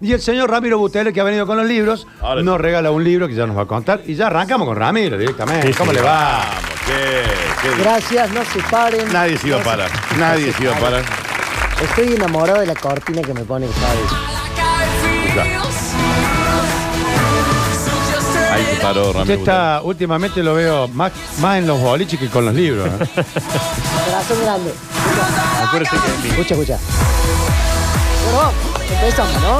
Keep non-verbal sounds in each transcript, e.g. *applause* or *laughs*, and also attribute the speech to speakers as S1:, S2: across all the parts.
S1: Y el señor Ramiro Butele, que ha venido con los libros,
S2: Ahora
S1: nos
S2: sí.
S1: regala un libro que ya nos va a contar. Y ya arrancamos con Ramiro directamente.
S3: Sí, sí.
S1: ¿Cómo le va?
S2: Vamos, qué, qué-
S4: Gracias, no se paren.
S2: Nadie se iba a parar. Nadie se iba a parar.
S4: Estoy enamorado de la cortina que me pone Javi.
S2: Ahí se paró
S1: Usted
S2: Ramiro.
S1: está, últimamente lo veo más, más en los boliches que con los libros.
S4: *laughs*
S1: ¿eh?
S4: Corazón grande.
S3: Acuérdese que
S4: Escucha, escucha. Bueno, empezamos, ¿no?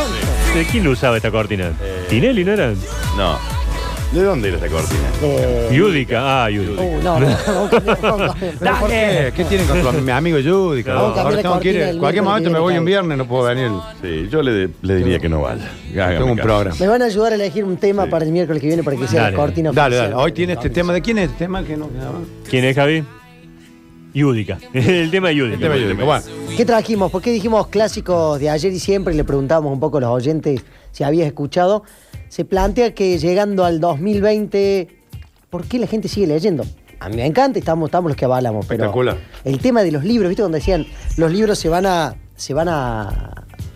S3: ¿De Eh, quién lo usaba esta cortina? ¿Tinelli no era?
S2: Butler. No. ¿De dónde era esta cortina?
S4: Eh,
S3: Yudica. Ah, Yudica.
S4: uh, no, no, no, no, no, no.
S1: ¿Pero por qué? ¿Qué tiene contra mi amigo Judy?
S3: No.
S1: Ahora
S4: Cambiar la
S1: tengo que ir-
S4: cortina del
S1: Cualquier
S4: libro
S1: momento
S4: que
S1: me voy
S4: viene
S1: un
S4: acá.
S1: viernes, no puedo venir.
S2: Sí, yo le, le diría que no vaya. Hágame
S1: Tengo un
S2: caso.
S1: programa.
S4: Me van a ayudar a elegir un tema para el miércoles que viene para que sea
S3: Dale.
S4: la cortina
S1: Dale,
S4: oficial.
S1: dale. Hoy tiene este tema. ¿De quién es este tema? Que no, que no-
S3: ¿Quién es Javi? Yudica. *laughs* El tema de Yudica.
S1: Este tema Judy. Bueno,
S4: ¿Qué trajimos? ¿Por qué dijimos clásicos de ayer y siempre? Y le preguntamos un poco a los oyentes si habías escuchado. Se plantea que llegando al 2020, ¿por qué la gente sigue leyendo? A mí me encanta y estamos, estamos los que avalamos. Pero
S1: Espectacular.
S4: El tema de los libros, ¿viste? Cuando decían, los libros se van a, se van a,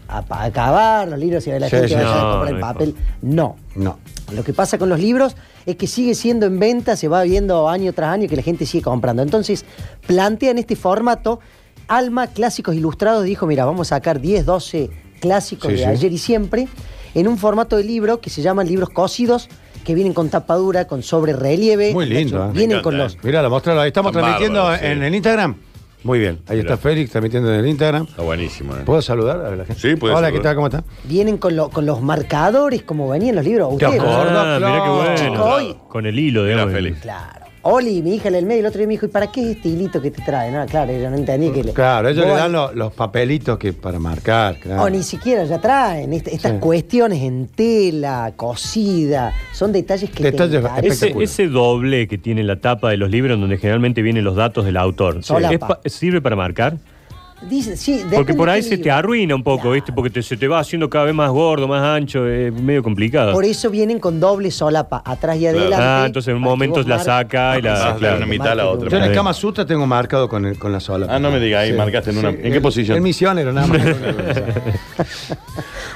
S4: a pa- acabar, los libros se la
S1: Sí,
S4: gente
S1: sí.
S4: va a
S3: No,
S4: comprar el
S3: no hay
S4: papel. No.
S1: no.
S4: Lo que pasa con los libros es que sigue siendo en venta, se va viendo año tras año que la gente sigue comprando. Entonces, plantean este formato. Alma Clásicos Ilustrados dijo, mira, vamos a sacar 10, 12 clásicos
S1: Sí,
S4: de
S1: sí.
S4: ayer y siempre en un formato de libro que se llaman libros cocidos, que vienen con tapadura, con sobre relieve.
S1: Muy lindo, ¿eh?
S4: Vienen
S2: Me
S4: con
S2: encanta,
S4: los...
S2: ¿eh?
S1: Mirá, lo mostralo. Ahí estamos
S2: Está
S1: transmitiendo
S2: bárbaro, sí.
S1: en el Instagram. Muy bien. Ahí
S2: Mirá.
S1: está Félix transmitiendo en el Instagram.
S2: Está buenísimo, ¿eh?
S1: ¿Puedo saludar a la gente?
S2: Sí, puedes
S1: Hola,
S2: saludar.
S1: ¿qué tal? ¿Cómo está?
S4: Vienen con, lo- con los marcadores, como venían los libros.
S1: Te
S4: Ustedes,
S1: acordás.
S3: Ah, mirá qué
S4: Chico,
S3: bueno.
S4: hoy-
S3: Con el hilo,
S2: Era
S3: digamos.
S2: feliz.
S4: Claro. Oli, mi hija en el medio, el otro día me dijo, ¿y para qué es este hilito que te traen? Ah, claro, ella no entendía que le...
S1: Claro, ellos
S4: Vos
S1: le dan
S4: al-
S1: lo- los papelitos que para marcar. claro.
S4: O ni siquiera ya traen Est- estas
S1: Sí.
S4: cuestiones en tela, cocida, son detalles que
S1: Detalles
S4: te encarecen.
S3: Ese,
S1: Espectacular.
S3: ese doble que tiene la tapa de los libros, en donde generalmente vienen los datos del autor,
S4: Sí.
S3: ¿es pa- ¿sirve para marcar?
S4: Dice, sí,
S3: Porque
S4: depende
S3: por
S4: de
S3: ahí
S4: qué
S3: se te
S4: libro.
S3: arruina un poco, ¿viste? Porque te- se te va haciendo cada vez más gordo, más ancho, es medio complicado.
S4: Por eso vienen con doble solapa, atrás y adelante.
S3: Ah, entonces en un
S4: para que
S3: momento
S4: vos
S3: la
S4: mar-
S3: saca y
S2: Vas
S3: la.
S2: de
S3: claro.
S2: una mitad a la otra.
S1: Yo en el
S3: Sí.
S1: Kama Sutra tengo marcado con, el- con la sola.
S2: Ah, no me diga, ahí marcaste en una- ¿en qué posición?
S1: En misionero, nada
S2: *laughs*
S1: más. *laughs*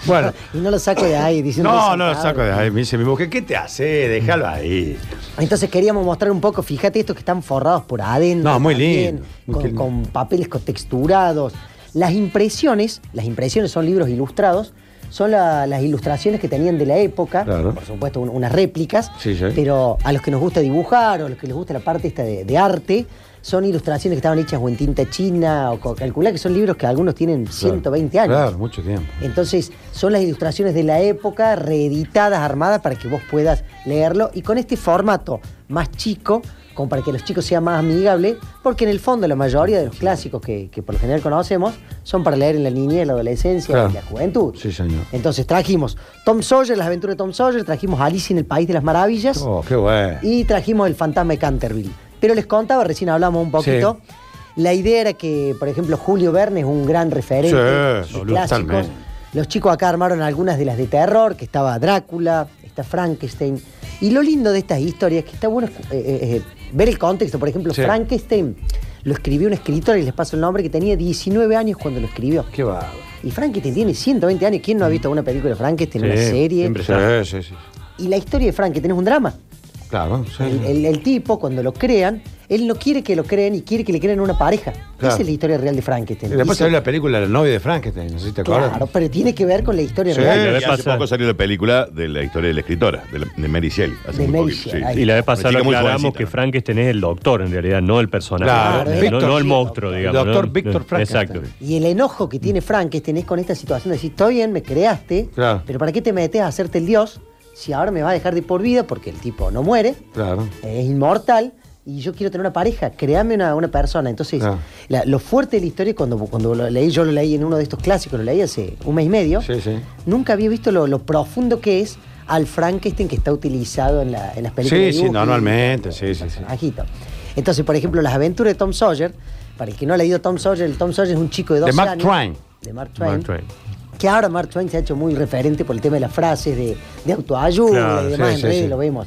S1: bueno.
S4: Y no lo saco de ahí, diciendo.
S1: No, no lo saco de ahí. Me dice mi mujer, ¿qué te hace? Déjalo ahí.
S4: Entonces queríamos mostrar un poco, fíjate estos que están forrados por adentro.
S1: No, muy
S4: también,
S1: lindo, muy
S4: con,
S1: lindo.
S4: con papeles texturados. Las impresiones, las impresiones son libros ilustrados, son la- las ilustraciones que tenían de la época,
S1: Claro.
S4: por supuesto un- unas réplicas,
S1: Sí, sí.
S4: pero a los que nos gusta dibujar o a los que les gusta la parte esta de, de arte, son ilustraciones que estaban hechas o en tinta china, o co- calculá que son libros que algunos tienen 120 años.
S1: Claro, mucho tiempo.
S4: Entonces, son las ilustraciones de la época, reeditadas, armadas, para que vos puedas leerlo. Y con este formato más chico, como para que los chicos sean más amigables, porque en el fondo la mayoría de los clásicos que, que por lo general conocemos son para leer en la niñez, la adolescencia,
S1: Claro.
S4: en la juventud.
S1: Sí, señor.
S4: Entonces, trajimos Tom Sawyer, las aventuras de Tom Sawyer, trajimos Alice en el País de las Maravillas
S1: Oh, qué bueno.
S4: y trajimos el fantasma de Canterville. Pero les contaba, recién hablamos un poquito. La idea era que, por ejemplo, Julio Verne es un gran referente. de
S1: Sí,
S4: sus
S1: absolutamente.
S4: clásicos. Los chicos acá armaron algunas de las de terror, que estaba Drácula, está Frankenstein. Y lo lindo de estas historias, que está bueno eh, eh, eh, ver el contexto. Por ejemplo,
S1: Sí.
S4: Frankenstein lo escribió un escritor, y les paso el nombre, que tenía 19 años cuando lo escribió.
S1: Qué bárbaro.
S4: Y Frankenstein tiene 120 años. ¿Quién no ha visto una película de Frankenstein, una
S3: Sí,
S4: serie?
S3: siempre.
S1: Sí, sí, sí.
S4: Y la historia de Frankenstein es un drama.
S1: Claro, sí.
S4: El, el- el tipo, cuando lo crean, él no quiere que lo crean y quiere que le crean una pareja.
S1: Claro.
S4: Esa es la historia real de
S1: Y
S4: Frankenstein.
S1: después
S4: Dice-
S1: salió la película La novia de Frankenstein, no sé si te acuerdas.
S4: Claro, pero tiene que ver con la historia
S1: Sí.
S2: Y
S4: real.
S3: vez
S2: hace
S3: pasada-
S2: poco salió la película de la historia de la escritora, de, la- de Mary Shelley. hace
S4: De
S2: muy
S4: Mary
S2: poquito,
S4: Shelley,
S2: sí.
S4: ahí.
S3: Y la vez
S2: Una
S3: pasada
S2: chica
S3: lo
S2: muy
S3: aclaramos
S2: jovencita,
S3: que
S2: ¿no?
S3: Frankenstein es el doctor, en realidad, no el personaje.
S1: Claro,
S3: no,
S4: Víctor-
S3: no el monstruo,
S4: el
S3: digamos.
S1: doctor
S3: ¿no?
S1: Víctor Frankenstein.
S3: Exacto.
S4: Y el enojo que tiene Frankenstein es con esta situación de decir, estoy bien, me creaste,
S1: Claro.
S4: pero ¿para qué te metes a hacerte el dios si ahora me vas a dejar de por vida porque el tipo no muere,
S1: Claro.
S4: es inmortal y yo quiero tener una pareja, créame una, una persona. Entonces,
S1: Claro.
S4: la- lo fuerte de la historia, cuando, cuando lo leí, yo lo leí en uno de estos clásicos, lo leí hace un mes y medio,
S1: Sí, sí.
S4: nunca había visto lo, lo profundo que es al Frankenstein que está utilizado en, la- en las películas.
S1: Sí,
S4: de
S1: sí,
S4: dibujos.
S1: normalmente, sí, sí, sí.
S4: Ajito. Entonces, por ejemplo, las aventuras de Tom Sawyer, para el que no ha leído Tom Sawyer, el Tom Sawyer es un chico de
S1: De
S4: 12
S1: Mark
S4: años.
S1: Twain.
S4: De Mark Twain.
S3: Mark Twain.
S4: Que ahora Mark Twain se ha hecho muy referente por el tema de las frases de, de autoayuda
S3: Claro,
S4: y demás,
S1: sí,
S4: en
S1: sí,
S4: redes
S1: sí.
S4: lo vemos.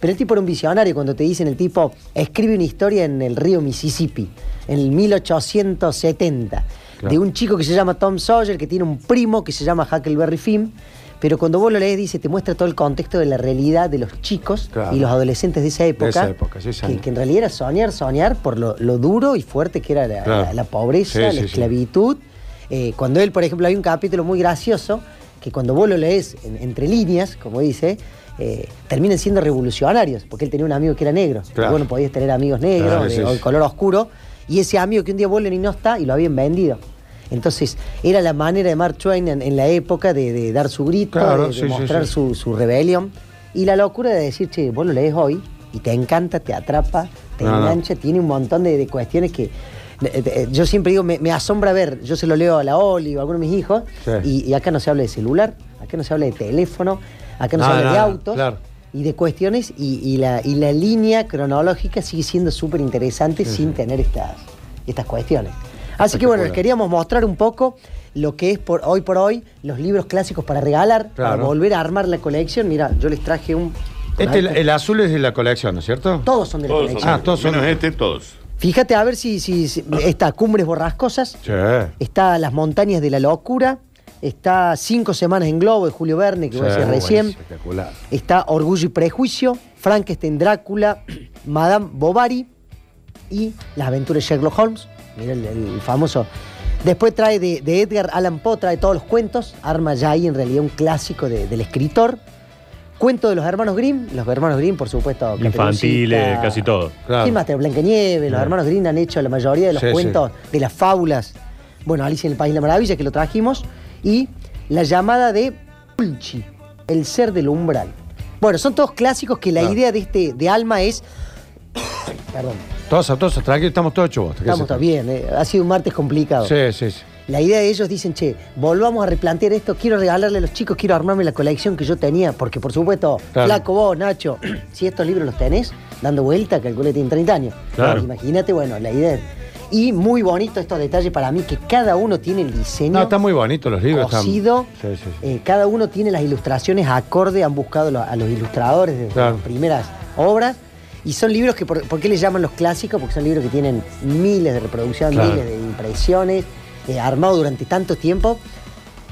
S4: Pero el tipo era un visionario cuando te dicen el tipo, escribe una historia en el río Mississippi, en el 1870,
S1: Claro.
S4: de un chico que se llama Tom Sawyer, que tiene un primo que se llama Huckleberry Finn, Pero cuando vos lo lees, dice, te muestra todo el contexto de la realidad de los chicos
S1: Claro.
S4: y los adolescentes de esa época.
S1: esa época, sí, señor.
S4: que, que en realidad era soñar, soñar por lo, lo duro y fuerte que era la,
S1: Claro.
S4: la- la pobreza,
S1: Sí,
S4: la
S1: sí, sí.
S4: esclavitud. Eh, cuando él, por ejemplo, hay un capítulo muy gracioso que cuando vos lo lees en- entre líneas, como dice, eh, terminan siendo revolucionarios, porque él tenía un amigo que era negro.
S1: Claro.
S4: Bueno, podías tener amigos negros
S1: Claro,
S4: de-
S1: sí,
S4: o de
S1: sí.
S4: color oscuro, y ese amigo que un día vuelven y no está, y lo habían vendido. Entonces, era la manera de Mark Twain en, en la época de, de dar su grito,
S1: Claro,
S4: de, de
S1: sí, sí,
S4: mostrar
S1: sí.
S4: Su, su rebelión, y la locura de decir, che, vos lo lees hoy, y te encanta, te atrapa, te
S1: No, no.
S4: engancha, tiene un montón de, de cuestiones que... eh, eh, Yo siempre digo, me, me asombra ver, yo se lo leo a la Oli o a alguno de mis hijos,
S1: Sí.
S4: y, y acá no se habla de celular, acá no se habla de teléfono, acá no se
S1: Nada,
S4: habla de
S1: nada,
S4: autos
S1: claro.
S4: y de cuestiones y, y la, y la línea cronológica sigue siendo súper interesante sin tener estas, estas cuestiones. Así que bueno, les queríamos mostrar un poco lo que es por hoy por hoy los libros clásicos para regalar, para
S1: Claro.
S4: volver a armar la colección. Mira, yo les traje un...
S1: Este, el, el azul es de la colección, ¿no es cierto?
S4: Todos son de la
S2: Todos son.
S4: colección.
S1: Ah, todos son-
S2: Menos este, todos.
S4: Fíjate a ver si, si- si- está Cumbres Borrascosas,
S1: Sí.
S4: está Las Montañas de la Locura, está Cinco Semanas en Globo de Julio Verne, que voy a
S1: Sí,
S4: decir
S1: muy
S4: recién.
S1: Espectacular.
S4: Está Orgullo y Prejuicio, Frankenstein Drácula, Madame Bovary y Las aventuras de Sherlock Holmes. Mira el, el famoso. Después trae de, de Edgar Allan Poe, trae todos los cuentos. Arma ya ahí en realidad un clásico de- del escritor. Cuento de los hermanos Grimm. Los hermanos Grimm, por supuesto. Caperucita.
S3: Infantiles, casi todo.
S1: Claro.
S4: ¿Quién más? Te- Blancanieves. Los hermanos Grimm han hecho la mayoría de los
S1: Sí, sí.
S4: cuentos de las fábulas. Bueno, Alicia en el País de la Maravilla, que lo trajimos. Y la llamada de Pulchi, el ser del umbral. Bueno, son todos clásicos que la
S1: Claro.
S4: idea de este de Alma es. *coughs* Perdón,
S1: Todos, todos, tranquilos, estamos todos chubos.
S4: estamos todos bien. eh, Ha sido un martes complicado.
S1: Sí, sí, sí.
S4: La idea de ellos dicen, che, volvamos a replantear esto, quiero regalarle a los chicos, quiero armarme la colección que yo tenía, porque por supuesto,
S1: Claro.
S4: flaco vos, Nacho, si estos libros los tenés, dando vuelta, calcula que tienen 30 años.
S3: Claro.
S4: Imagínate, bueno, la idea. es- Y muy bonito estos detalles para mí, que cada uno tiene el diseño.
S1: No, están muy bonitos los libros. están-
S4: cosido.
S1: Sí, sí, sí.
S4: Eh, cada uno tiene las ilustraciones acorde, han buscado lo- a los ilustradores desde
S1: Claro.
S4: las primeras obras. Y son libros que, por, ¿por qué les llaman los clásicos? Porque son libros que tienen miles de reproducciones,
S1: Claro.
S4: miles de impresiones, eh, armado durante tanto tiempo.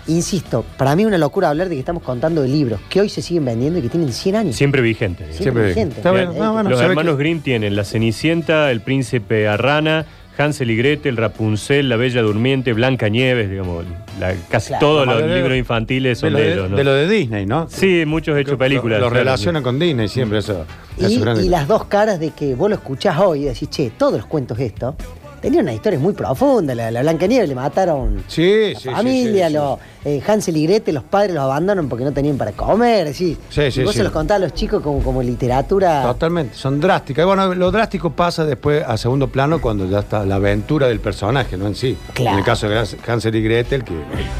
S4: Insisto, para mí es una locura hablar de que estamos contando de libros que hoy se siguen vendiendo y que tienen 100 años.
S3: Siempre vigente. digamos.
S4: Siempre
S1: Siempre.
S4: vigente.
S1: Está bien.
S4: Eh,
S1: No, Ah, bueno,
S3: Los
S1: se ve
S3: hermanos
S1: que-
S3: Grimm tienen La Cenicienta, El Príncipe Arrana, Hansel y Gretel, Rapunzel, La Bella Durmiente, Blanca Nieves, digamos, la- casi
S4: Claro.
S3: todos
S1: La
S3: los
S1: mayoría-
S3: libros infantiles
S1: de
S3: son
S1: lo
S3: de,
S1: de,
S3: ellos, ¿no?
S1: de lo de Disney, ¿no?
S3: Sí, muchos hechos
S1: Lo-
S3: películas.
S1: Lo,
S3: claro.
S1: relacionan con Disney siempre, eso.
S4: Y,
S1: eso grande.
S4: y las dos caras de que vos lo escuchás hoy y decís, che, todos los cuentos esto, tenían una historia muy profunda. La, la Blanca Nieve le mataron
S1: Sí,
S4: la
S1: sí, sí,
S4: familia,
S1: sí, sí.
S4: los, eh, Hansel y Gretel, los padres los abandonan porque no tenían para comer. decís.
S1: Sí,
S4: y
S1: sí,
S4: vos
S1: sí.
S4: se los contás a los chicos como, como literatura.
S1: Totalmente, son drásticas. Y bueno, lo drástico pasa después a segundo plano cuando ya está la aventura del personaje, no en sí.
S4: Claro.
S1: En el caso de Hans- Hansel y Gretel, que.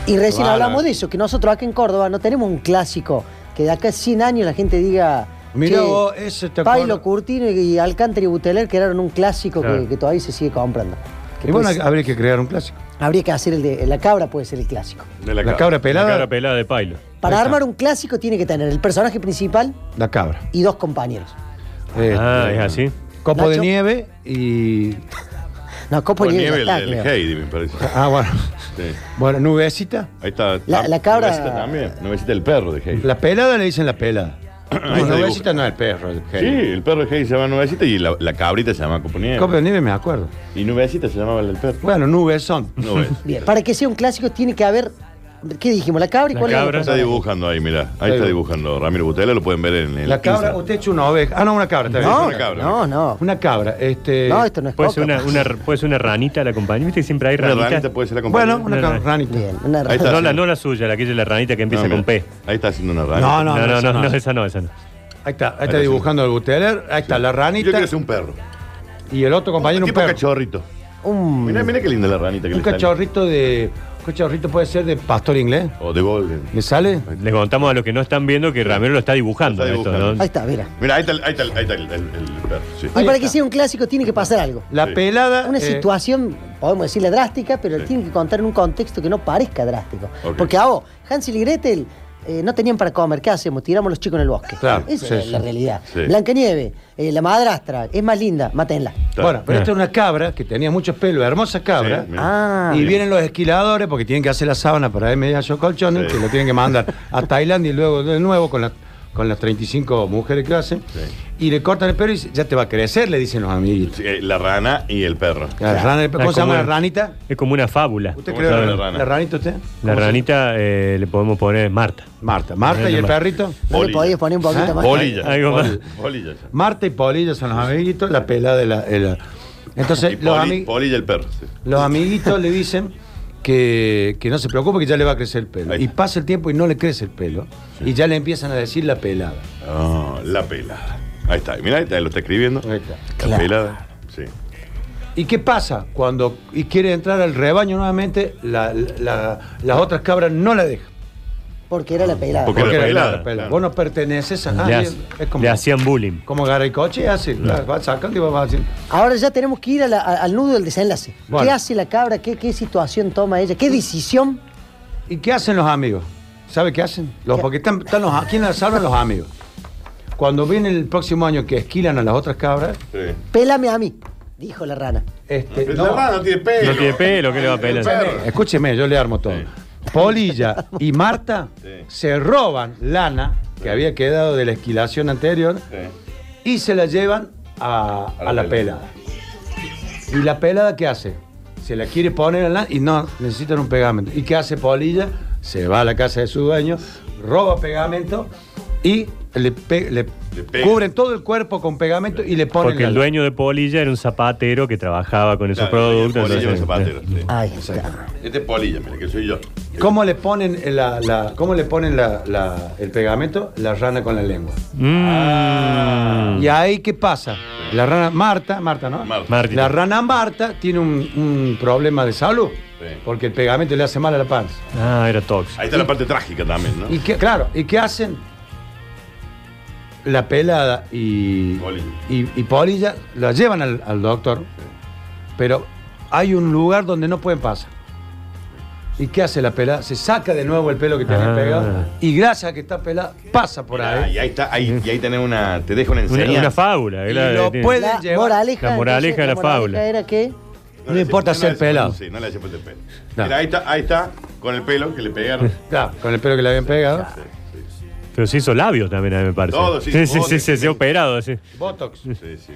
S4: Y recién
S1: Claro.
S4: hablamos de eso, que nosotros acá en Córdoba no tenemos un clásico que de acá a 100 años la gente diga.
S1: Mirá
S4: "Che,
S1: vos, ese te
S4: Pailo
S1: acuerdo".
S4: Curtino y Alcántara y Buteler crearon un clásico que-
S3: Claro.
S4: que, todavía se sigue comprando. Que
S1: Y bueno,
S4: pues,
S1: habría que crear un clásico.
S4: habría que hacer el de. La cabra puede ser el clásico.
S2: De
S1: La cabra pelada.
S3: La cara pelada de Pailo.
S4: Para
S1: Ahí está.
S4: armar un clásico tiene que tener el personaje principal
S1: La cabra.
S4: y dos compañeros.
S3: Ah,
S1: Este,
S3: es así.
S1: Copo de
S4: Nacho.
S1: nieve y.
S4: No, Copo
S2: Con
S4: de Nieve
S2: nieve
S4: ya Pues está,
S2: Pues el, el
S4: creo.
S2: Heidi, me parece.
S1: Ah, bueno.
S2: Sí.
S1: Bueno, nubecita.
S2: Ahí está.
S4: La-
S2: Ah,
S4: la cabra-
S2: Nubecita también. Nubecita el perro de Heidi.
S1: La pelada le dicen la pelada.
S2: Ahí
S1: No, nubecita
S2: está dibujo.
S1: no es el perro. el
S2: Sí,
S1: genio.
S2: el perro de Heidi se llama Nubecita y la, la cabrita se llama Copo Nieve.
S1: Copo de nieve me acuerdo.
S2: Y Nubecita se llamaba el del perro.
S1: Bueno, nubes son.
S2: Nube.
S1: *laughs*
S4: Bien, para que sea un clásico tiene que haber. ¿Qué dijimos? ¿La cabra y
S3: La
S4: cuál es
S3: cabra.
S2: Está
S4: la
S2: dibujando ahí, mirá. Ahí está dibujando Ramiro Butela, lo pueden ver en el.
S1: La cabra, usted echa una oveja. Ah, no, una cabra, está bien.
S4: No,
S2: una cabra.
S4: no, no.
S1: Una cabra. Este...
S4: No, esto no es
S3: Puede
S4: coca,
S3: ser una,
S4: pues.
S3: una- puede ser una ranita la compañía. ¿Viste que siempre hay
S2: Una
S3: ranitas?
S2: ranita puede ser la compañía.
S1: Bueno, una
S3: No,
S1: cabra
S3: no.
S1: ranita.
S4: Bien, una
S2: Ahí está.
S3: No, la, no la suya, la que es la ranita que empieza
S2: No,
S3: con P.
S2: mira. Ahí está haciendo una ranita.
S1: No,
S3: No,
S1: no,
S3: no, no,
S1: esa no.
S3: esa no, esa no.
S1: Ahí está, ahí
S2: Ahí
S1: está
S2: está,
S1: dibujando el buteler, ahí está la
S2: Yo
S1: ranita
S2: quiero ser un perro.
S1: y el otro compañero un
S2: tipo
S1: perro.
S2: cachorrito.
S4: *laughs* Un-
S2: Mirá, mirá qué linda la ranita que
S1: Un
S2: le sale.
S1: cachorrito de. Un cachorrito puede ser de pastor inglés.
S2: O de golden.
S1: ¿Le sale?
S3: Les contamos a los que no están viendo que Ramiro lo está dibujando.
S2: Lo está
S3: esto,
S2: dibujando.
S3: ¿no?
S4: Ahí está, mira.
S2: Mira, ahí está, el- ahí está, el- ahí está el, el- el perro. Sí.
S4: Y para que
S1: está.
S4: sea un clásico tiene que pasar algo.
S1: La
S2: Sí.
S1: pelada.
S4: Una
S1: eh,
S4: situación, podemos decirle drástica, pero tiene que contar en un contexto que no parezca drástico.
S2: Ok.
S4: Porque, ah, vos, Hansel y Gretel eh, no tenían para comer, ¿qué hacemos? Tiramos a los chicos en el bosque.
S1: Claro,
S4: Esa
S1: sí,
S4: es la
S1: sí.
S4: realidad.
S2: Sí.
S4: Blancanieve, eh, la madrastra, es más linda, mátenla.
S2: Está.
S1: Bueno, pero esta es una cabra que tenía muchos pelos, hermosa cabra.
S2: Eh. Sí, mira.
S4: Ah,
S1: Y vienen los esquiladores porque tienen que hacer la sábana para media yo colchones,
S2: Sí.
S1: que lo tienen que mandar
S2: *laughs*
S1: a Tailandia y luego de nuevo con, las con las 35 mujeres que hacen.
S2: Sí.
S1: Y le cortan el pelo y dice, ya te va a crecer, le dicen los amiguitos.
S2: Sí, eh, La rana y el perro.
S1: La
S4: Claro.
S1: rana- ¿Cómo
S3: Ah,
S1: se llama
S3: como
S1: la
S3: el-
S1: ranita?
S3: Es como una fábula.
S1: ¿Usted
S2: ¿Cómo
S1: cree
S2: se
S1: la,
S2: llama la
S1: la,
S2: rana?
S1: ranita usted?
S3: La ranita eh, le podemos poner Marta.
S1: Marta. Marta y el
S3: Marta.
S1: perrito.
S4: ¿no le
S2: Bolilla.
S4: podías poner un poquito
S1: ¿Ah?
S4: más?
S2: Bolilla.
S3: Algo más.
S2: Bolilla.
S1: Marta y Polilla son los amiguitos, la pelada de la. de
S2: *laughs*
S1: la-
S2: Y
S1: Entonces, los,
S2: Poli-
S1: ami-
S2: Polilla el perro. sí.
S1: los amiguitos le dicen que, que no se preocupe, que ya le va a crecer el pelo.
S2: Ahí.
S1: Y pasa el tiempo y no le crece el pelo. Y ya le empiezan a decir la pelada.
S2: Ah, la pelada. Ahí está. Mira, ahí está, lo está escribiendo.
S1: Ahí está.
S2: La
S4: Claro.
S2: pelada. Sí.
S1: ¿Y qué pasa? Cuando y quiere entrar al rebaño nuevamente, la- la- las otras cabras no la dejan.
S4: Porque era la pelada.
S2: Porque- la
S1: era
S2: pelada, claro.
S1: Vos no perteneces
S2: Ah,
S1: a
S3: le,
S1: nadie.
S3: ha-
S1: es como,
S3: le hacían bullying.
S1: como agarra coche y hace. la- Va sacando y va haciendo.
S4: Ahora ya tenemos que ir a la- a- al nudo del desenlace. ¿Qué
S1: Bueno.
S4: hace la cabra? ¿Qué, ¿Qué situación toma ella? ¿Qué decisión?
S1: ¿Y qué hacen los amigos? ¿Sabe qué hacen? Los,
S4: ¿Qué?
S1: porque están, están los, ¿quién las salvan? Los amigos. Cuando viene el próximo año que esquilan a las otras cabras,
S2: sí.
S4: Pélame a mí, dijo la rana.
S1: este,
S2: Pero
S1: no,
S2: La rana no tiene pelo.
S3: No tiene pelo, ¿qué le va a pelar?
S2: perro.
S1: escúcheme, yo le armo todo.
S2: Sí. *laughs*
S1: Polilla y Marta
S2: Sí.
S1: se roban lana que había quedado de la esquilación anterior
S2: Sí.
S1: y se la llevan a,
S2: A la
S1: a la
S2: pelada.
S1: pelada. ¿Y la pelada qué hace? Se la quiere poner en la... Y no, necesitan un pegamento. ¿Y qué hace Polilla? Se va a la casa de su dueño, roba pegamento y le, pe- le
S2: Le pega.
S1: cubren todo el cuerpo con pegamento y le ponen
S3: Porque
S1: la-
S3: el dueño de Polilla era un zapatero que trabajaba con esos
S2: Claro,
S3: productos.
S2: Polilla con
S3: entonces,
S2: zapatero. sí.
S1: Ah.
S4: Ahí está.
S2: Este es Polilla, mira, que soy yo.
S1: ¿Cómo le ponen, la, la- cómo le ponen la- la- el pegamento? La rana con la lengua.
S3: eh, Mm.
S2: Ah.
S1: ¿Y ahí qué pasa? La rana Marta, Marta, ¿no?
S2: Marta.
S3: Martita.
S1: La rana Marta tiene un, un problema de salud
S2: Sí.
S1: porque el pegamento le hace mal a la panza.
S3: Ah, era tóxico.
S2: Ahí está la parte trágica también, ¿no?
S1: ¿Y qué, claro, ¿y qué hacen? La pelada y,
S2: Polilla.
S1: y, y Polilla la llevan al, al doctor, pero hay un lugar donde no pueden pasar. ¿Y qué hace la pelada? Se saca de nuevo el pelo que tiene
S3: Ah.
S1: pegado y gracias a que está pelada pasa por
S2: Ah,
S1: ahí.
S2: y ahí está, ahí, y ahí tenés una. Te dejo una
S3: Una,
S2: enseñanza.
S3: una fábula.
S1: Y
S3: era-
S1: lo
S3: tiene-
S1: puede-
S4: La
S1: llevar-
S4: moraleja,
S3: La moraleja de la fábula.
S4: era que
S1: No le importa
S2: hace-
S1: ser pelado.
S2: Sí, no le hace falta el pelo.
S1: No.
S2: Mira, ahí está, ahí está, con el pelo que
S1: *laughs*
S2: le pegaron.
S1: Claro, con el pelo que le habían pegado.
S2: Sí, sí, sí.
S3: Pero se hizo labios también, a mí me parece.
S2: Todo, sí,
S3: sí, sí,
S2: todo,
S3: sí,
S2: sí.
S3: se ha operado. sí.
S1: Botox.
S2: Sí, sí.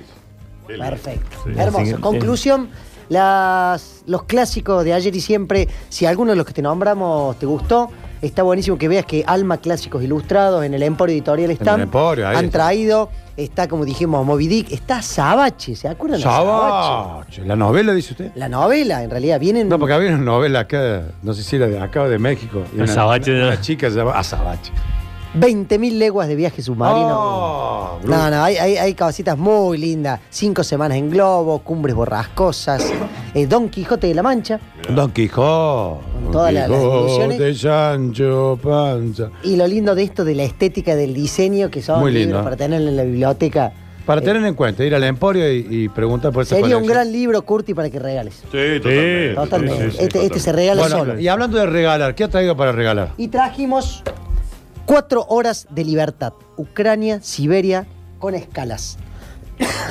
S2: Qué lindo.
S4: Perfecto.
S3: Sí,
S4: Hermoso.
S3: así que-
S4: Conclusión. Las, los clásicos de ayer y siempre, si alguno de los que te nombramos te gustó, está buenísimo que veas que Alma Clásicos Ilustrados en el Emporio Editorial están.
S1: el Emporio, ahí
S4: han
S1: está.
S4: traído, está como dijimos, Moby Dick, está Sabache, ¿se acuerdan? de Sabache?
S1: Sabache. La novela, dice usted.
S4: La novela, en realidad, vienen.
S1: No, porque había una novela acá, no sé si era de acá o de México. y una,
S3: Azabache,
S1: una-
S3: ¿no?
S1: una chica se llama Azabache.
S4: 20.000 leguas de viaje submarino.
S1: Oh, bruto.
S4: No, no, hay, hay, hay cabecitas muy lindas. Cinco semanas en globo, cumbres borrascosas, eh, Don Quijote de la Mancha.
S1: Don Quijote.
S4: Con
S1: Don
S4: todas las- las ilusiones.
S1: Quijote, Sancho Panza.
S4: Y lo lindo de esto, de la estética del diseño, que son
S1: Muy
S4: libros
S1: lindo.
S4: para tener en la biblioteca.
S1: Para
S4: Eh,
S1: tener en cuenta, ir al Emporio y, y preguntar por esa
S4: Sería un
S1: colección.
S4: gran libro, Curti, para que regales.
S2: Sí, totalmente.
S3: Sí,
S4: Totalmente.
S3: sí, sí,
S4: este, este se regala solo.
S1: Bueno, y hablando de regalar, ¿qué ha traído para regalar?
S4: Y trajimos cuatro horas de libertad. Ucrania, Siberia,
S1: *coughs*
S4: con escalas.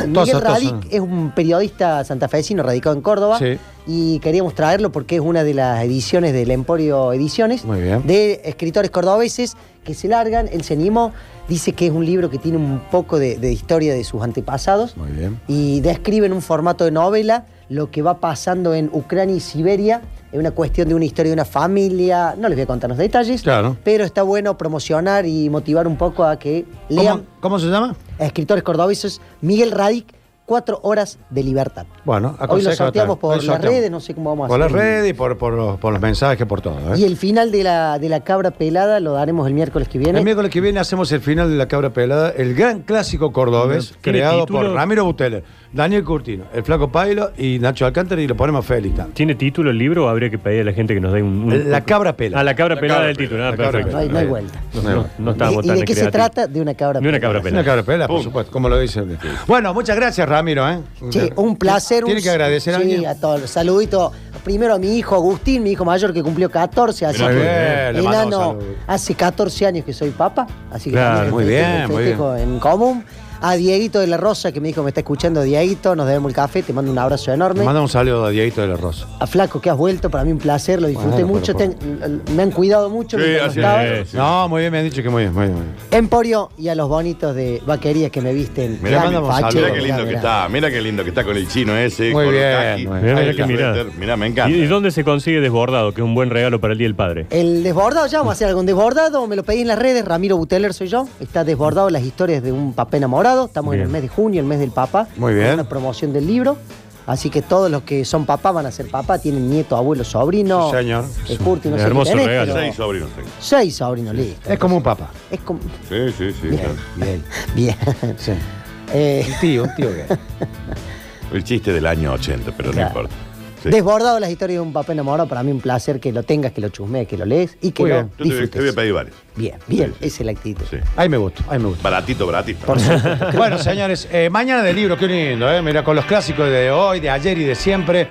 S4: Miguel
S1: Tosa, tosa.
S4: Radic es un periodista santafesino radicado en Córdoba
S1: Sí.
S4: y queríamos traerlo porque es una de las ediciones del Emporio Ediciones
S1: Muy bien.
S4: de escritores cordobeses que se largan. Él se animó, dice que es un libro que tiene un poco de, de historia de sus antepasados
S1: Muy bien.
S4: y describe en un formato de novela lo que va pasando en Ucrania y Siberia. Es una cuestión de una historia de una familia. No les voy a contar los detalles,
S1: Claro.
S4: pero está bueno promocionar y motivar un poco a que
S1: ¿Cómo,
S4: lean
S1: cómo se llama?
S4: a escritores cordobeses Miguel Radic, Cuatro Horas de Libertad.
S1: Bueno,
S4: Hoy lo
S1: aconsejo
S4: sorteamos
S1: también.
S4: por
S1: Hoy
S4: las
S1: sorteamos.
S4: redes, no sé cómo vamos a
S1: Por las
S4: hacer.
S1: redes y por, por los, por los mensajes, por todo. ¿eh?
S4: Y el final de la, de la cabra pelada lo daremos el miércoles que viene.
S1: El miércoles que viene hacemos el final de La Cabra Pelada, el gran clásico cordobés,
S3: ¿Tiene
S1: creado
S3: título?
S1: por Ramiro Buteler, Daniel Curtino, el Flaco Pailo y Nacho Alcántara, y lo ponemos a Félix también.
S3: ¿Tiene título el libro o habría que pedir a la gente que nos dé un. un-
S1: La Cabra Pelada.
S3: Ah, la cabra
S2: La
S3: pelada
S2: cabra
S3: del título.
S2: pelada,
S3: Ah,
S1: la cabra
S3: perfecto.
S4: no, hay, no hay vuelta.
S3: No, no, no
S4: ¿Y,
S3: estábamos
S4: y
S3: tan
S4: de qué se
S3: creativos.
S4: trata? De una cabra
S3: De una cabra
S1: Una
S3: pelada.
S1: Cabra Pelada, por
S2: Pum.
S1: supuesto, como lo dice. Bueno, muchas gracias, Ramiro, ¿eh?
S4: Che, un placer.
S1: Tiene
S4: un-
S1: que agradecer a
S4: sí,
S1: alguien.
S4: a todos. Saludito primero a mi hijo Agustín, mi hijo mayor que cumplió 14 hace
S2: Mirá
S1: Muy
S2: que-
S1: bien, le mandamos
S4: Enano,
S1: saludos.
S4: hace 14 años que soy papa, así que
S3: Claro,
S4: también
S1: muy
S4: festejo-
S1: bien, muy
S4: festejo en común. A Dieguito de la Rosa, que me dijo, me está escuchando Dieguito, nos debemos el café, te mando un abrazo
S1: Le
S4: enorme.
S1: manda un saludo a Dieguito de la Rosa.
S4: A Flaco, que has vuelto, para mí un placer, lo disfruté
S1: Bueno,
S4: mucho,
S1: pero-
S4: te- me han cuidado mucho.
S2: Sí,
S4: mientras no
S2: así
S4: estaba.
S2: es. Sí.
S1: No, muy bien, me han dicho que muy bien, muy bien. muy bien.
S4: Emporio y a los bonitos de vaquerías que me visten.
S2: Mirá,
S4: Gran
S1: mandamos
S4: facho,
S1: saludos.
S2: Mirá qué
S4: mirá,
S2: lindo que
S4: mirá.
S2: está, mirá qué lindo que está con el chino ese,
S1: Muy
S2: con
S1: bien,
S2: los kaki.
S1: muy
S3: bien.
S2: Ahí
S3: Mirá que
S2: el
S3: mirá.
S2: suéter. Mirá, me encanta.
S3: ¿Y, y dónde se consigue desbordado? Que es un buen regalo para el Día del Padre.
S4: El desbordado, ya vamos a hacer algún desbordado, me lo pedí en las redes, Ramiro Buteler soy yo, está desbordado las historias de un papá enamorado, estamos en
S3: Bien.
S4: el mes de junio, el mes del papá,
S1: Muy
S4: con
S1: bien.
S4: una promoción del libro, así que todos los que son papá van a ser papá, tienen nieto, abuelo, sobrino,
S1: Sí, señor.
S4: escurti, no
S3: Es
S4: sé qué
S3: hermoso
S4: tenés,
S3: regalo.
S4: pero-
S2: Seis sobrinos tengo.
S4: Seis sobrinos, listo.
S1: Es como un papá.
S4: Es como...
S2: Sí, sí, sí. claro.
S1: Bien.
S4: *laughs* Bien.
S1: Sí.
S4: Eh,
S1: Un tío, un tío gay.
S2: El chiste del año 80, pero
S4: Claro.
S2: no importa. Sí.
S4: Desbordado las historias de un papá enamorado, para mí un placer que lo tengas, que lo chusmees, que lo lees y que
S1: Muy
S4: lo
S1: bien.
S2: Yo te voy, te voy a
S4: disfrutes.
S2: pedir varios.
S4: Bien, bien,
S2: Sí, sí.
S4: esa es la actitud.
S2: Sí.
S1: Ahí me gusta, ahí me gusta.
S2: Baratito, baratito. *laughs*
S4: Por supuesto.
S1: Bueno, señores, eh, mañana de libro, qué lindo, ¿eh? Mira, con los clásicos de hoy, de ayer y de siempre.